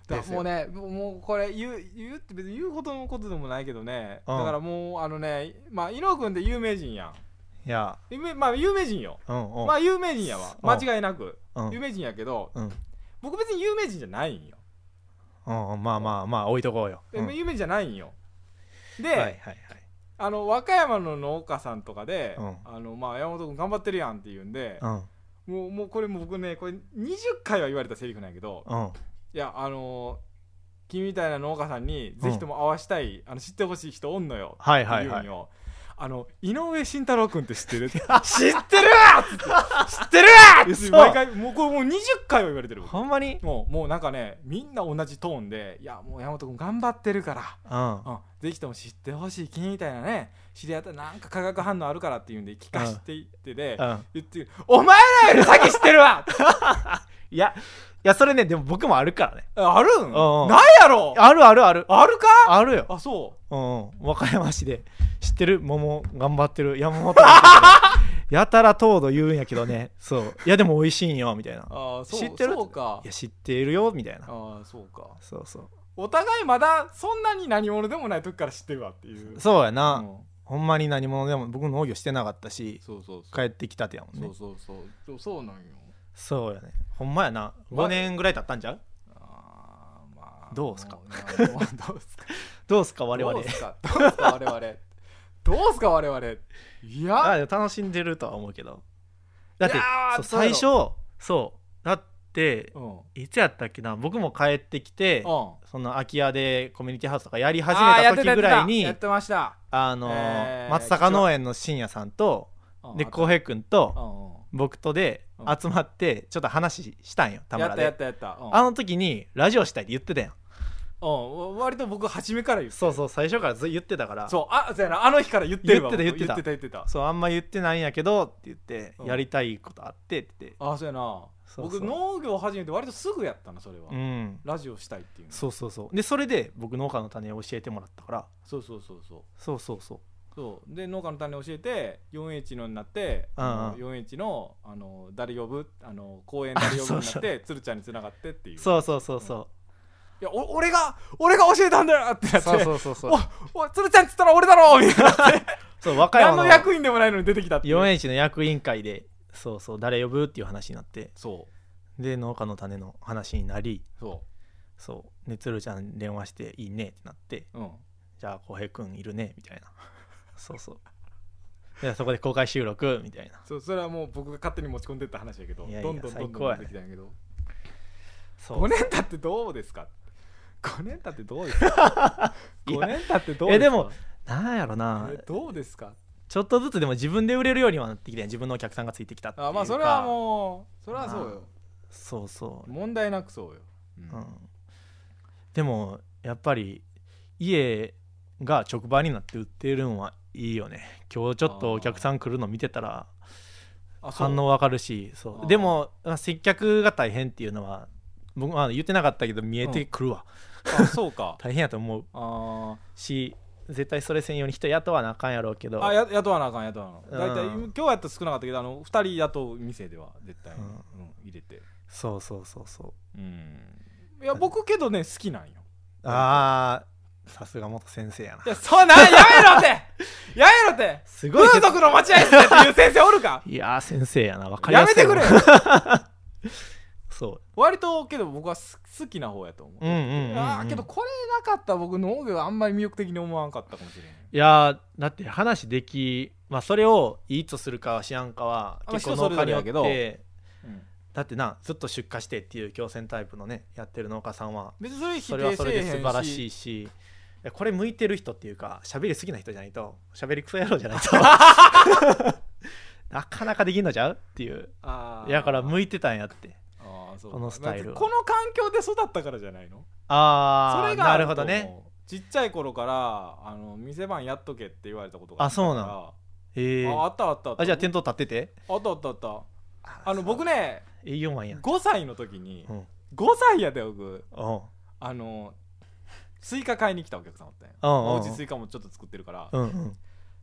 Speaker 1: だ
Speaker 2: です
Speaker 1: も
Speaker 2: よ
Speaker 1: うねもうもうこれ言う言うって別に言うほどのことでもないけどね、
Speaker 2: うん
Speaker 1: だからもうあのねまあ伊野くんって有名人やん
Speaker 2: いや
Speaker 1: 有名まあ有名人よ
Speaker 2: うんうん、
Speaker 1: まあ有名人やわ
Speaker 2: うん
Speaker 1: 間違いなく
Speaker 2: うん
Speaker 1: 有名人やけど
Speaker 2: うん
Speaker 1: 僕別に有名人じゃないんよ、
Speaker 2: うんうんまあまあまあ置いとこうよ、うんはい
Speaker 1: 有名人じゃないんよで、
Speaker 2: はいはい
Speaker 1: あの和歌山の農家さんとかで、
Speaker 2: うん
Speaker 1: あのまあ、山本君頑張ってるやんって言うんで、
Speaker 2: うん
Speaker 1: もうもうこれもう僕ねこれ20回は言われたセリフなんやけど、
Speaker 2: うん
Speaker 1: いやあのー君みたいな農家さんにぜひとも会わしたい、あの知ってほしい人おんのよって
Speaker 2: はい
Speaker 1: 言う
Speaker 2: は
Speaker 1: ん
Speaker 2: い
Speaker 1: よ、
Speaker 2: はい
Speaker 1: あの井上慎太郎君って知ってる知ってる わっつって知ってるわっつって
Speaker 2: 嘘
Speaker 1: 毎回もうこれもう20回は言われてる僕
Speaker 2: ほんまに
Speaker 1: もうもうなんかねみんな同じトーンで「いやもう山本君頑張ってるから、
Speaker 2: うん
Speaker 1: うん、ぜひとも知ってほしい君みたいなね知り合ったらなんか化学反応あるから」って言うんで聞かせていってで、
Speaker 2: うん
Speaker 1: 言って「お前らより先知ってるわ!
Speaker 2: いやいやそれねでも僕もあるからね」
Speaker 1: あるん
Speaker 2: うん
Speaker 1: ないやろ
Speaker 2: あるあるある
Speaker 1: あるか
Speaker 2: あるよ
Speaker 1: あそう
Speaker 2: うん和歌山市で知ってる桃頑張ってる山本が やたら糖度言うんやけどねそういやでも美味しいんよみたいな
Speaker 1: あーそう
Speaker 2: 知ってる
Speaker 1: そうか
Speaker 2: いや知っているよみたいな
Speaker 1: ああそうか
Speaker 2: そうそ
Speaker 1: お互いまだそんなに何者でもない時から知ってるわっていう
Speaker 2: うそうや
Speaker 1: う
Speaker 2: な、
Speaker 1: ん
Speaker 2: ほんまに何者でも僕農業してなかったし
Speaker 1: そうそうそ
Speaker 2: 帰
Speaker 1: う
Speaker 2: ってきたてやもん
Speaker 1: そ
Speaker 2: ね
Speaker 1: うそうそうそうそうなんよ
Speaker 2: そうやねほんまやな5年ぐらい経ったんちゃう
Speaker 1: あーまあ
Speaker 2: どうすか
Speaker 1: もなもうどうすか
Speaker 2: どうすか我々
Speaker 1: どうすかどうすか我々どうすか我々いや
Speaker 2: あでも楽しんでるとは思うけどだって
Speaker 1: いやー
Speaker 2: そう
Speaker 1: そうや
Speaker 2: 最
Speaker 1: ろ
Speaker 2: 初そうだって
Speaker 1: うんうん
Speaker 2: いつやったっけな僕も帰ってきてその空き家でコミュニティハウスとかやり始
Speaker 3: あーやってたや
Speaker 2: めた時
Speaker 3: って
Speaker 2: ぐ
Speaker 3: た
Speaker 2: らいに
Speaker 3: やってました
Speaker 2: あのー
Speaker 3: えー
Speaker 2: 松坂農園の深夜さんと
Speaker 1: うん
Speaker 2: で
Speaker 1: あった
Speaker 2: 浩平君
Speaker 1: うん
Speaker 2: と
Speaker 1: うん
Speaker 2: 僕とで
Speaker 1: うん
Speaker 2: 集まってちょっと話したんよ田
Speaker 1: や
Speaker 2: 村
Speaker 1: ったやっ
Speaker 2: で
Speaker 1: たやったうん
Speaker 2: あの時にラジオしたいって言ってたやん
Speaker 1: うん割と僕初めから言う
Speaker 2: そうそう最初からず言ってたから
Speaker 1: そうあそうやなあの日から言ってるわ
Speaker 2: 言ってた言って
Speaker 1: 言
Speaker 2: た
Speaker 1: ってた言ってた
Speaker 2: そうあんま言ってないんやけどって言って
Speaker 1: うん
Speaker 2: やりたいことあってって言って
Speaker 1: あそうやな
Speaker 2: そうそう
Speaker 1: 僕農業始めて割とすぐやったなそれは
Speaker 2: うん
Speaker 1: ラジオしたいっていうの
Speaker 2: そうそうそうでそれで僕農家の種を教えてもらったから
Speaker 1: そうそうそうそう
Speaker 2: そうそうそう
Speaker 1: そうで農家の種教えて 4H のになって、
Speaker 2: うんうん
Speaker 1: あの 4H のあの誰呼ぶあの公園誰呼ぶにな
Speaker 2: そ
Speaker 1: っ
Speaker 2: うそ
Speaker 1: て鶴ちゃんにつながってっていう
Speaker 2: そうそうそうそ
Speaker 1: いやお俺が俺が教えたんだよってや
Speaker 2: う
Speaker 1: って
Speaker 2: そうそうそうそう
Speaker 1: おお鶴ちゃんっつったら俺だろみたいな
Speaker 2: そう和歌
Speaker 1: 何
Speaker 2: 山
Speaker 1: の
Speaker 2: の
Speaker 1: 役員でもないのに出てきたっていう
Speaker 2: 4H の役員会でそうそう誰呼ぶっていう話になって
Speaker 1: そう
Speaker 2: で農家の種の話になり
Speaker 1: そ
Speaker 2: そうねつるちゃんに電話して「いいね」ってなって
Speaker 1: ううん
Speaker 2: 「じゃあ浩平君いるね」みたいな そうそうでそこで公開収録みたいな
Speaker 1: そうそれはもう僕が勝手に持ち込んでった話やけど
Speaker 2: いやいや
Speaker 1: どんどんどん
Speaker 2: 最
Speaker 1: ど
Speaker 2: 高
Speaker 1: ん
Speaker 2: や
Speaker 1: 出
Speaker 2: ね
Speaker 1: てきたんやけど
Speaker 2: そう
Speaker 1: 5年経ってどうですか5年経ってどうですか
Speaker 2: いや
Speaker 1: 5年経ってどうですか
Speaker 2: えでもなんやろな
Speaker 1: えどうですか
Speaker 2: ちょっとずつでも自分で売れるようにはなってきて自分のお客さんがついてきたっていうか
Speaker 1: あまあそれはもうそれはそう
Speaker 2: ま
Speaker 1: よ
Speaker 2: そうそう、
Speaker 1: 問題なくそうよ、うん
Speaker 2: うん、でもやっぱり家が直売になって売ってるのはいいよね今日ちょっとお客さん来るの見てたら
Speaker 1: あそう
Speaker 2: 反応わかるしそ
Speaker 1: あー
Speaker 2: うでもあ接客が大変っていうのは僕は言ってなかったけど見えてくるわ、
Speaker 1: あそうか
Speaker 2: 大変やと思う
Speaker 1: あ
Speaker 2: し絶対それ専用に人雇わなあかんやろうけど
Speaker 1: ーあや雇わなあかん雇わなあかん
Speaker 2: う
Speaker 1: 大
Speaker 2: ん
Speaker 1: 体今日やったら少なかったけどあの2人雇う店では絶対に、
Speaker 2: う
Speaker 1: うんん入れて
Speaker 2: そうそうそうそう
Speaker 1: うんいや僕けどね好きなんよ
Speaker 2: ああさすが元先生やない
Speaker 1: やそうなんやめろってやめろって
Speaker 2: すごい
Speaker 1: 風俗の待合室っていう先生おるか
Speaker 2: いやー先生やなわかり
Speaker 1: や
Speaker 2: や
Speaker 1: め
Speaker 2: すい
Speaker 1: てくれ
Speaker 2: わ
Speaker 1: よ
Speaker 2: そ
Speaker 1: 割とけど僕はす好きな方やと思う
Speaker 2: ううんうんうん、うん、
Speaker 1: あーけどこれなかったら僕農業あんまり魅力的に思わんかったかもしれない
Speaker 2: いやーだって話できまあそれをいいとするか知らんかは
Speaker 1: あ
Speaker 2: 結構
Speaker 1: 人そ
Speaker 2: 農
Speaker 1: れ
Speaker 2: 家
Speaker 1: ぞ
Speaker 2: に
Speaker 1: れ
Speaker 2: よっ
Speaker 1: やけど
Speaker 2: て
Speaker 1: うん
Speaker 2: だってなずっと出荷してっていう強制タイプのねやってる農家さんは
Speaker 1: 別にそれ否
Speaker 2: それは
Speaker 1: 定
Speaker 2: そ
Speaker 1: せ
Speaker 2: れ
Speaker 1: えへ
Speaker 2: で
Speaker 1: んし
Speaker 2: 素晴らしいしいやこれ向いてる人っていうか喋りすぎな人じゃないと喋りクソ野郎じゃな いとなかなかできんのちゃうっていう
Speaker 1: あー
Speaker 2: やから向いてたんやって
Speaker 1: あーそう
Speaker 2: このスタイルは
Speaker 1: この環境で育ったからじゃないの
Speaker 2: あ
Speaker 1: そ
Speaker 2: あ
Speaker 1: れが
Speaker 2: な
Speaker 1: あ
Speaker 2: る
Speaker 1: る
Speaker 2: ほ
Speaker 1: と思
Speaker 2: ど
Speaker 1: う
Speaker 2: ね
Speaker 1: ちっちゃい頃からあの店番やっとけって言われたことが
Speaker 2: あそうなん
Speaker 1: の
Speaker 2: へえ
Speaker 1: ああったあったあった
Speaker 2: あじゃあ店頭立ってて
Speaker 1: あったあったあったあの
Speaker 2: そ
Speaker 1: 僕
Speaker 2: う
Speaker 1: ね
Speaker 2: 営業マンやん
Speaker 1: 5歳の時に
Speaker 2: うん
Speaker 1: 5歳やで僕
Speaker 2: うん
Speaker 1: あのスイカ買いに来たお客さんおったんや
Speaker 2: うんうんうん
Speaker 1: おうちスイカもちょっと作ってるから
Speaker 2: うんうん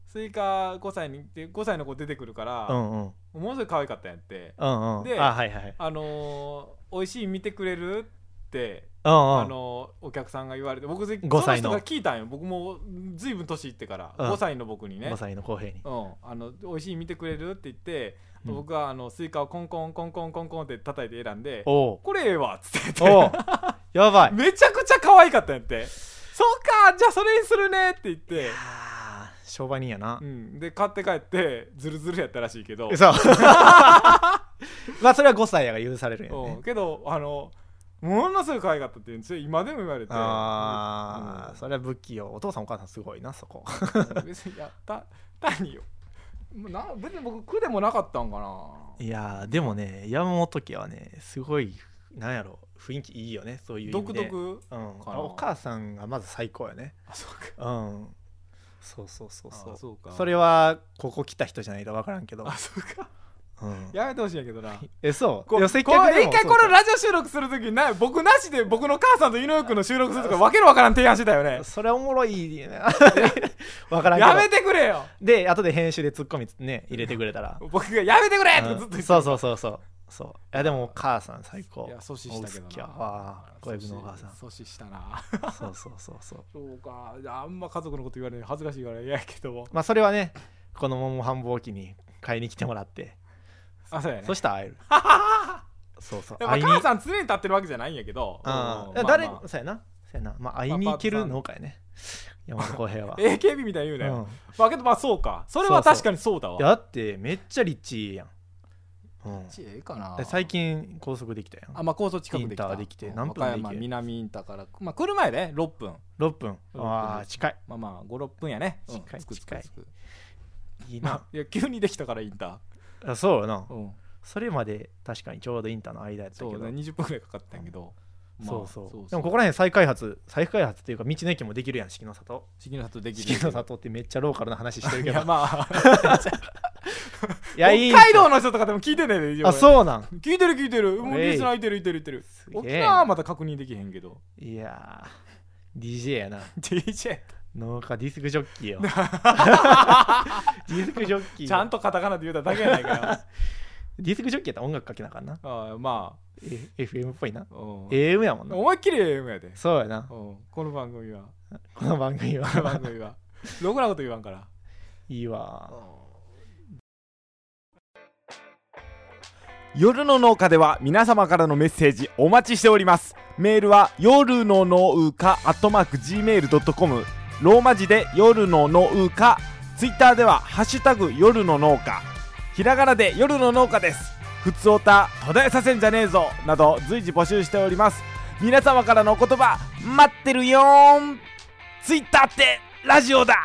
Speaker 1: スイカ5歳に行って5歳の子出てくるか
Speaker 2: う
Speaker 1: ら
Speaker 2: んうん
Speaker 1: ものすごい可愛かったんやって
Speaker 2: うんうん
Speaker 1: で
Speaker 2: あはいはいはい
Speaker 1: あのー美味しい見てくれるって
Speaker 2: うんうん
Speaker 1: あのお客さんが言われて僕そ
Speaker 2: 5
Speaker 1: の
Speaker 2: 歳の
Speaker 1: 人が聞いたんよ僕もずいぶん年いってから、
Speaker 2: うん
Speaker 1: 5歳の僕にね
Speaker 2: 5歳の公平に
Speaker 1: うん、あの美味しい見てくれるって言って、
Speaker 2: うん
Speaker 1: 僕はあのスイカをコンコンコンコンコンコンって叩いて選んで
Speaker 2: お お
Speaker 1: これええわっつって
Speaker 2: お
Speaker 1: 言っ
Speaker 2: おやば
Speaker 1: て
Speaker 2: い
Speaker 1: めちゃくちゃ可愛かったんやってそうかじゃあそれにするねって言って、
Speaker 2: あー商売人やな
Speaker 1: うん、で買って帰ってズルズルやったらしいけど、
Speaker 2: 嘘 まあそれは5歳やが許されるんや
Speaker 1: う
Speaker 2: ね
Speaker 1: ん、けどあのものすごい可愛かったって言うんですよ今でも言われて
Speaker 2: あ
Speaker 1: う
Speaker 2: あ
Speaker 1: ん
Speaker 2: それは不器用お父さんお母さんすごいなそこ
Speaker 1: 別にやった単によもうな別に僕苦でもなかったんかない
Speaker 2: やーでもね山本家はねすごいなんやろ雰囲気いいよねそういう意味
Speaker 1: 独
Speaker 2: で
Speaker 1: 特
Speaker 2: うん、
Speaker 1: かな
Speaker 2: お母さんがまず最高よね
Speaker 1: あそうか
Speaker 2: うんそうそうそうそう
Speaker 1: あそうか
Speaker 2: れはここ来た人じゃないと分からんけど
Speaker 1: あ、そうか
Speaker 2: うん、
Speaker 1: やめてほしいんやけどな
Speaker 2: えそう
Speaker 1: こ
Speaker 2: いうや接客でも
Speaker 1: こう一回
Speaker 2: そう
Speaker 1: このラジオ収録するときにな僕なしで僕の母さんと井上君の収録するとかわけのわからん提案してたよね
Speaker 2: それおもろい ね分からんけど
Speaker 1: やめてくれよ
Speaker 2: で後で編集でツッコミね入れてくれたら
Speaker 1: 僕がやめてくれってずっと
Speaker 2: う
Speaker 1: 言
Speaker 2: ん
Speaker 1: って
Speaker 2: そうそうそうそうそういやでもお母さん最高
Speaker 1: いや阻止したけ
Speaker 2: お好き
Speaker 1: ど
Speaker 2: や
Speaker 1: な
Speaker 2: わ小指のお母さん
Speaker 1: 阻止したな
Speaker 2: そうそうそうそう
Speaker 1: そうかいやあんま家族のこと言われる恥ずかしいから嫌やけど も
Speaker 2: まあそれはねこの桃繁忙期に買いに来てもらって
Speaker 1: あそうやね
Speaker 2: そしたら会えるそうそう
Speaker 1: でもまあ
Speaker 2: 会いに
Speaker 1: 母さん常に立ってるわけじゃないんやけど
Speaker 2: あ
Speaker 1: うんま
Speaker 2: あ
Speaker 1: あ
Speaker 2: 誰
Speaker 1: まあ
Speaker 2: そうやなそうやなまあ会いに行ける農家やね山本浩平 は
Speaker 1: AKB みたいに言うなよ、まあけどまあそうかそれは確かにそうだ
Speaker 2: う
Speaker 1: わ
Speaker 2: んだってめっちゃ立地いいやんうん
Speaker 1: ちええかな
Speaker 2: で最近高速できたや
Speaker 1: あ
Speaker 2: ん
Speaker 1: まあ高速近くできた
Speaker 2: インターできて
Speaker 1: うん
Speaker 2: 何分で
Speaker 1: 和
Speaker 2: 行け
Speaker 1: 歌山南インターからまあ車やで6分
Speaker 2: 6分
Speaker 1: うん
Speaker 2: ああ近い
Speaker 1: まあまあ56分やねうん
Speaker 2: 近い
Speaker 1: つくつ
Speaker 2: 近
Speaker 1: く
Speaker 2: い
Speaker 1: つく
Speaker 2: いい な
Speaker 1: まあいや急にできたからインタ
Speaker 2: あそうよな
Speaker 1: ーうん
Speaker 2: それまで確かにちょうどインターの間やったけ
Speaker 1: そ
Speaker 2: ど
Speaker 1: うね20分ぐらいかかったんやけどまあ
Speaker 2: そうそうでも
Speaker 1: こ
Speaker 2: ここら辺再開発再開発っていうか道の駅もできるやん四季の里
Speaker 1: 四季の里でき
Speaker 2: 四
Speaker 1: る
Speaker 2: 季の里ってめっちゃローカルな話してる
Speaker 1: い
Speaker 2: けど
Speaker 1: やまあ北
Speaker 2: いやいいん
Speaker 1: 海道の人とかでも聞いてねえで
Speaker 2: あ
Speaker 1: う
Speaker 2: そうなん
Speaker 1: 聞いてる聞いてるもう
Speaker 2: えい
Speaker 1: リスナーいてるいてるいてる
Speaker 2: すげえ
Speaker 1: 沖縄はまた確認できへんけど
Speaker 2: いやー DJ やな
Speaker 1: DJ
Speaker 2: 農家ディスクジョッキーよ ディスクジョッキーよ
Speaker 1: ちゃんとカタカナで言うただけやないか よ
Speaker 2: ディスクジョッキーやったら音楽かけなあかんな
Speaker 1: ああま
Speaker 2: F- FM っぽいな
Speaker 1: あうん
Speaker 2: AM やもんな
Speaker 1: 思いっきり AM やで
Speaker 2: そうやな
Speaker 1: うんこの番組は
Speaker 2: この番組
Speaker 1: この
Speaker 2: は
Speaker 1: 番組は ろくなこと言わんから
Speaker 2: い いわ
Speaker 4: 夜の農家では皆様からのメッセージお待ちしておりますメールは夜の農家アットマーク Gmail.com ローマ字で夜の農家ツイッターでは「ハッシュタグ夜の農家」ひらがなで夜の農家ですふつおた途絶えさせんじゃねえぞなど随時募集しております皆様からのお言葉待ってるよーんツイッターってラジオだ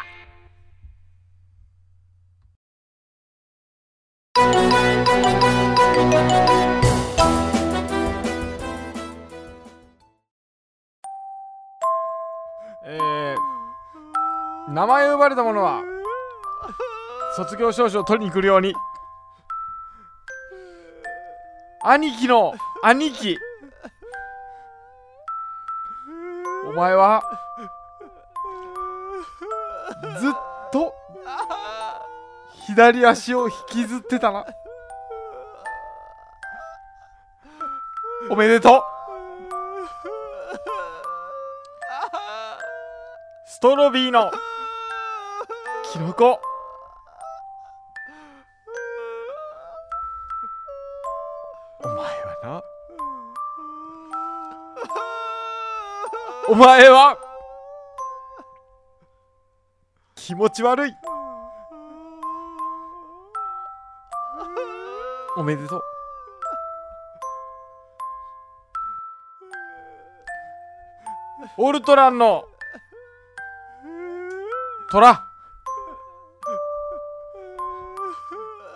Speaker 1: えー名前を呼ばれた者は卒業証書を取りに来るように兄貴の兄貴お前はずっと左足を引きずってたなおめでとうストロビーのキノコお前はなお前は気持ち悪いおめでとうオルトランのトラ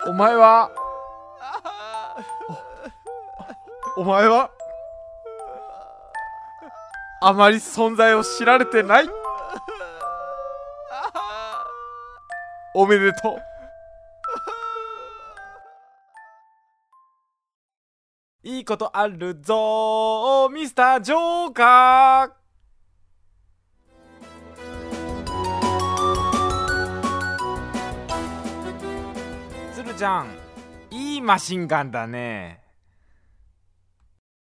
Speaker 1: お前はおお前はあまり存在を知られてないおめでとう
Speaker 2: 아.
Speaker 1: いいことあるぞミスタージョーカー
Speaker 4: 鶴ちゃんいいマシンガンだね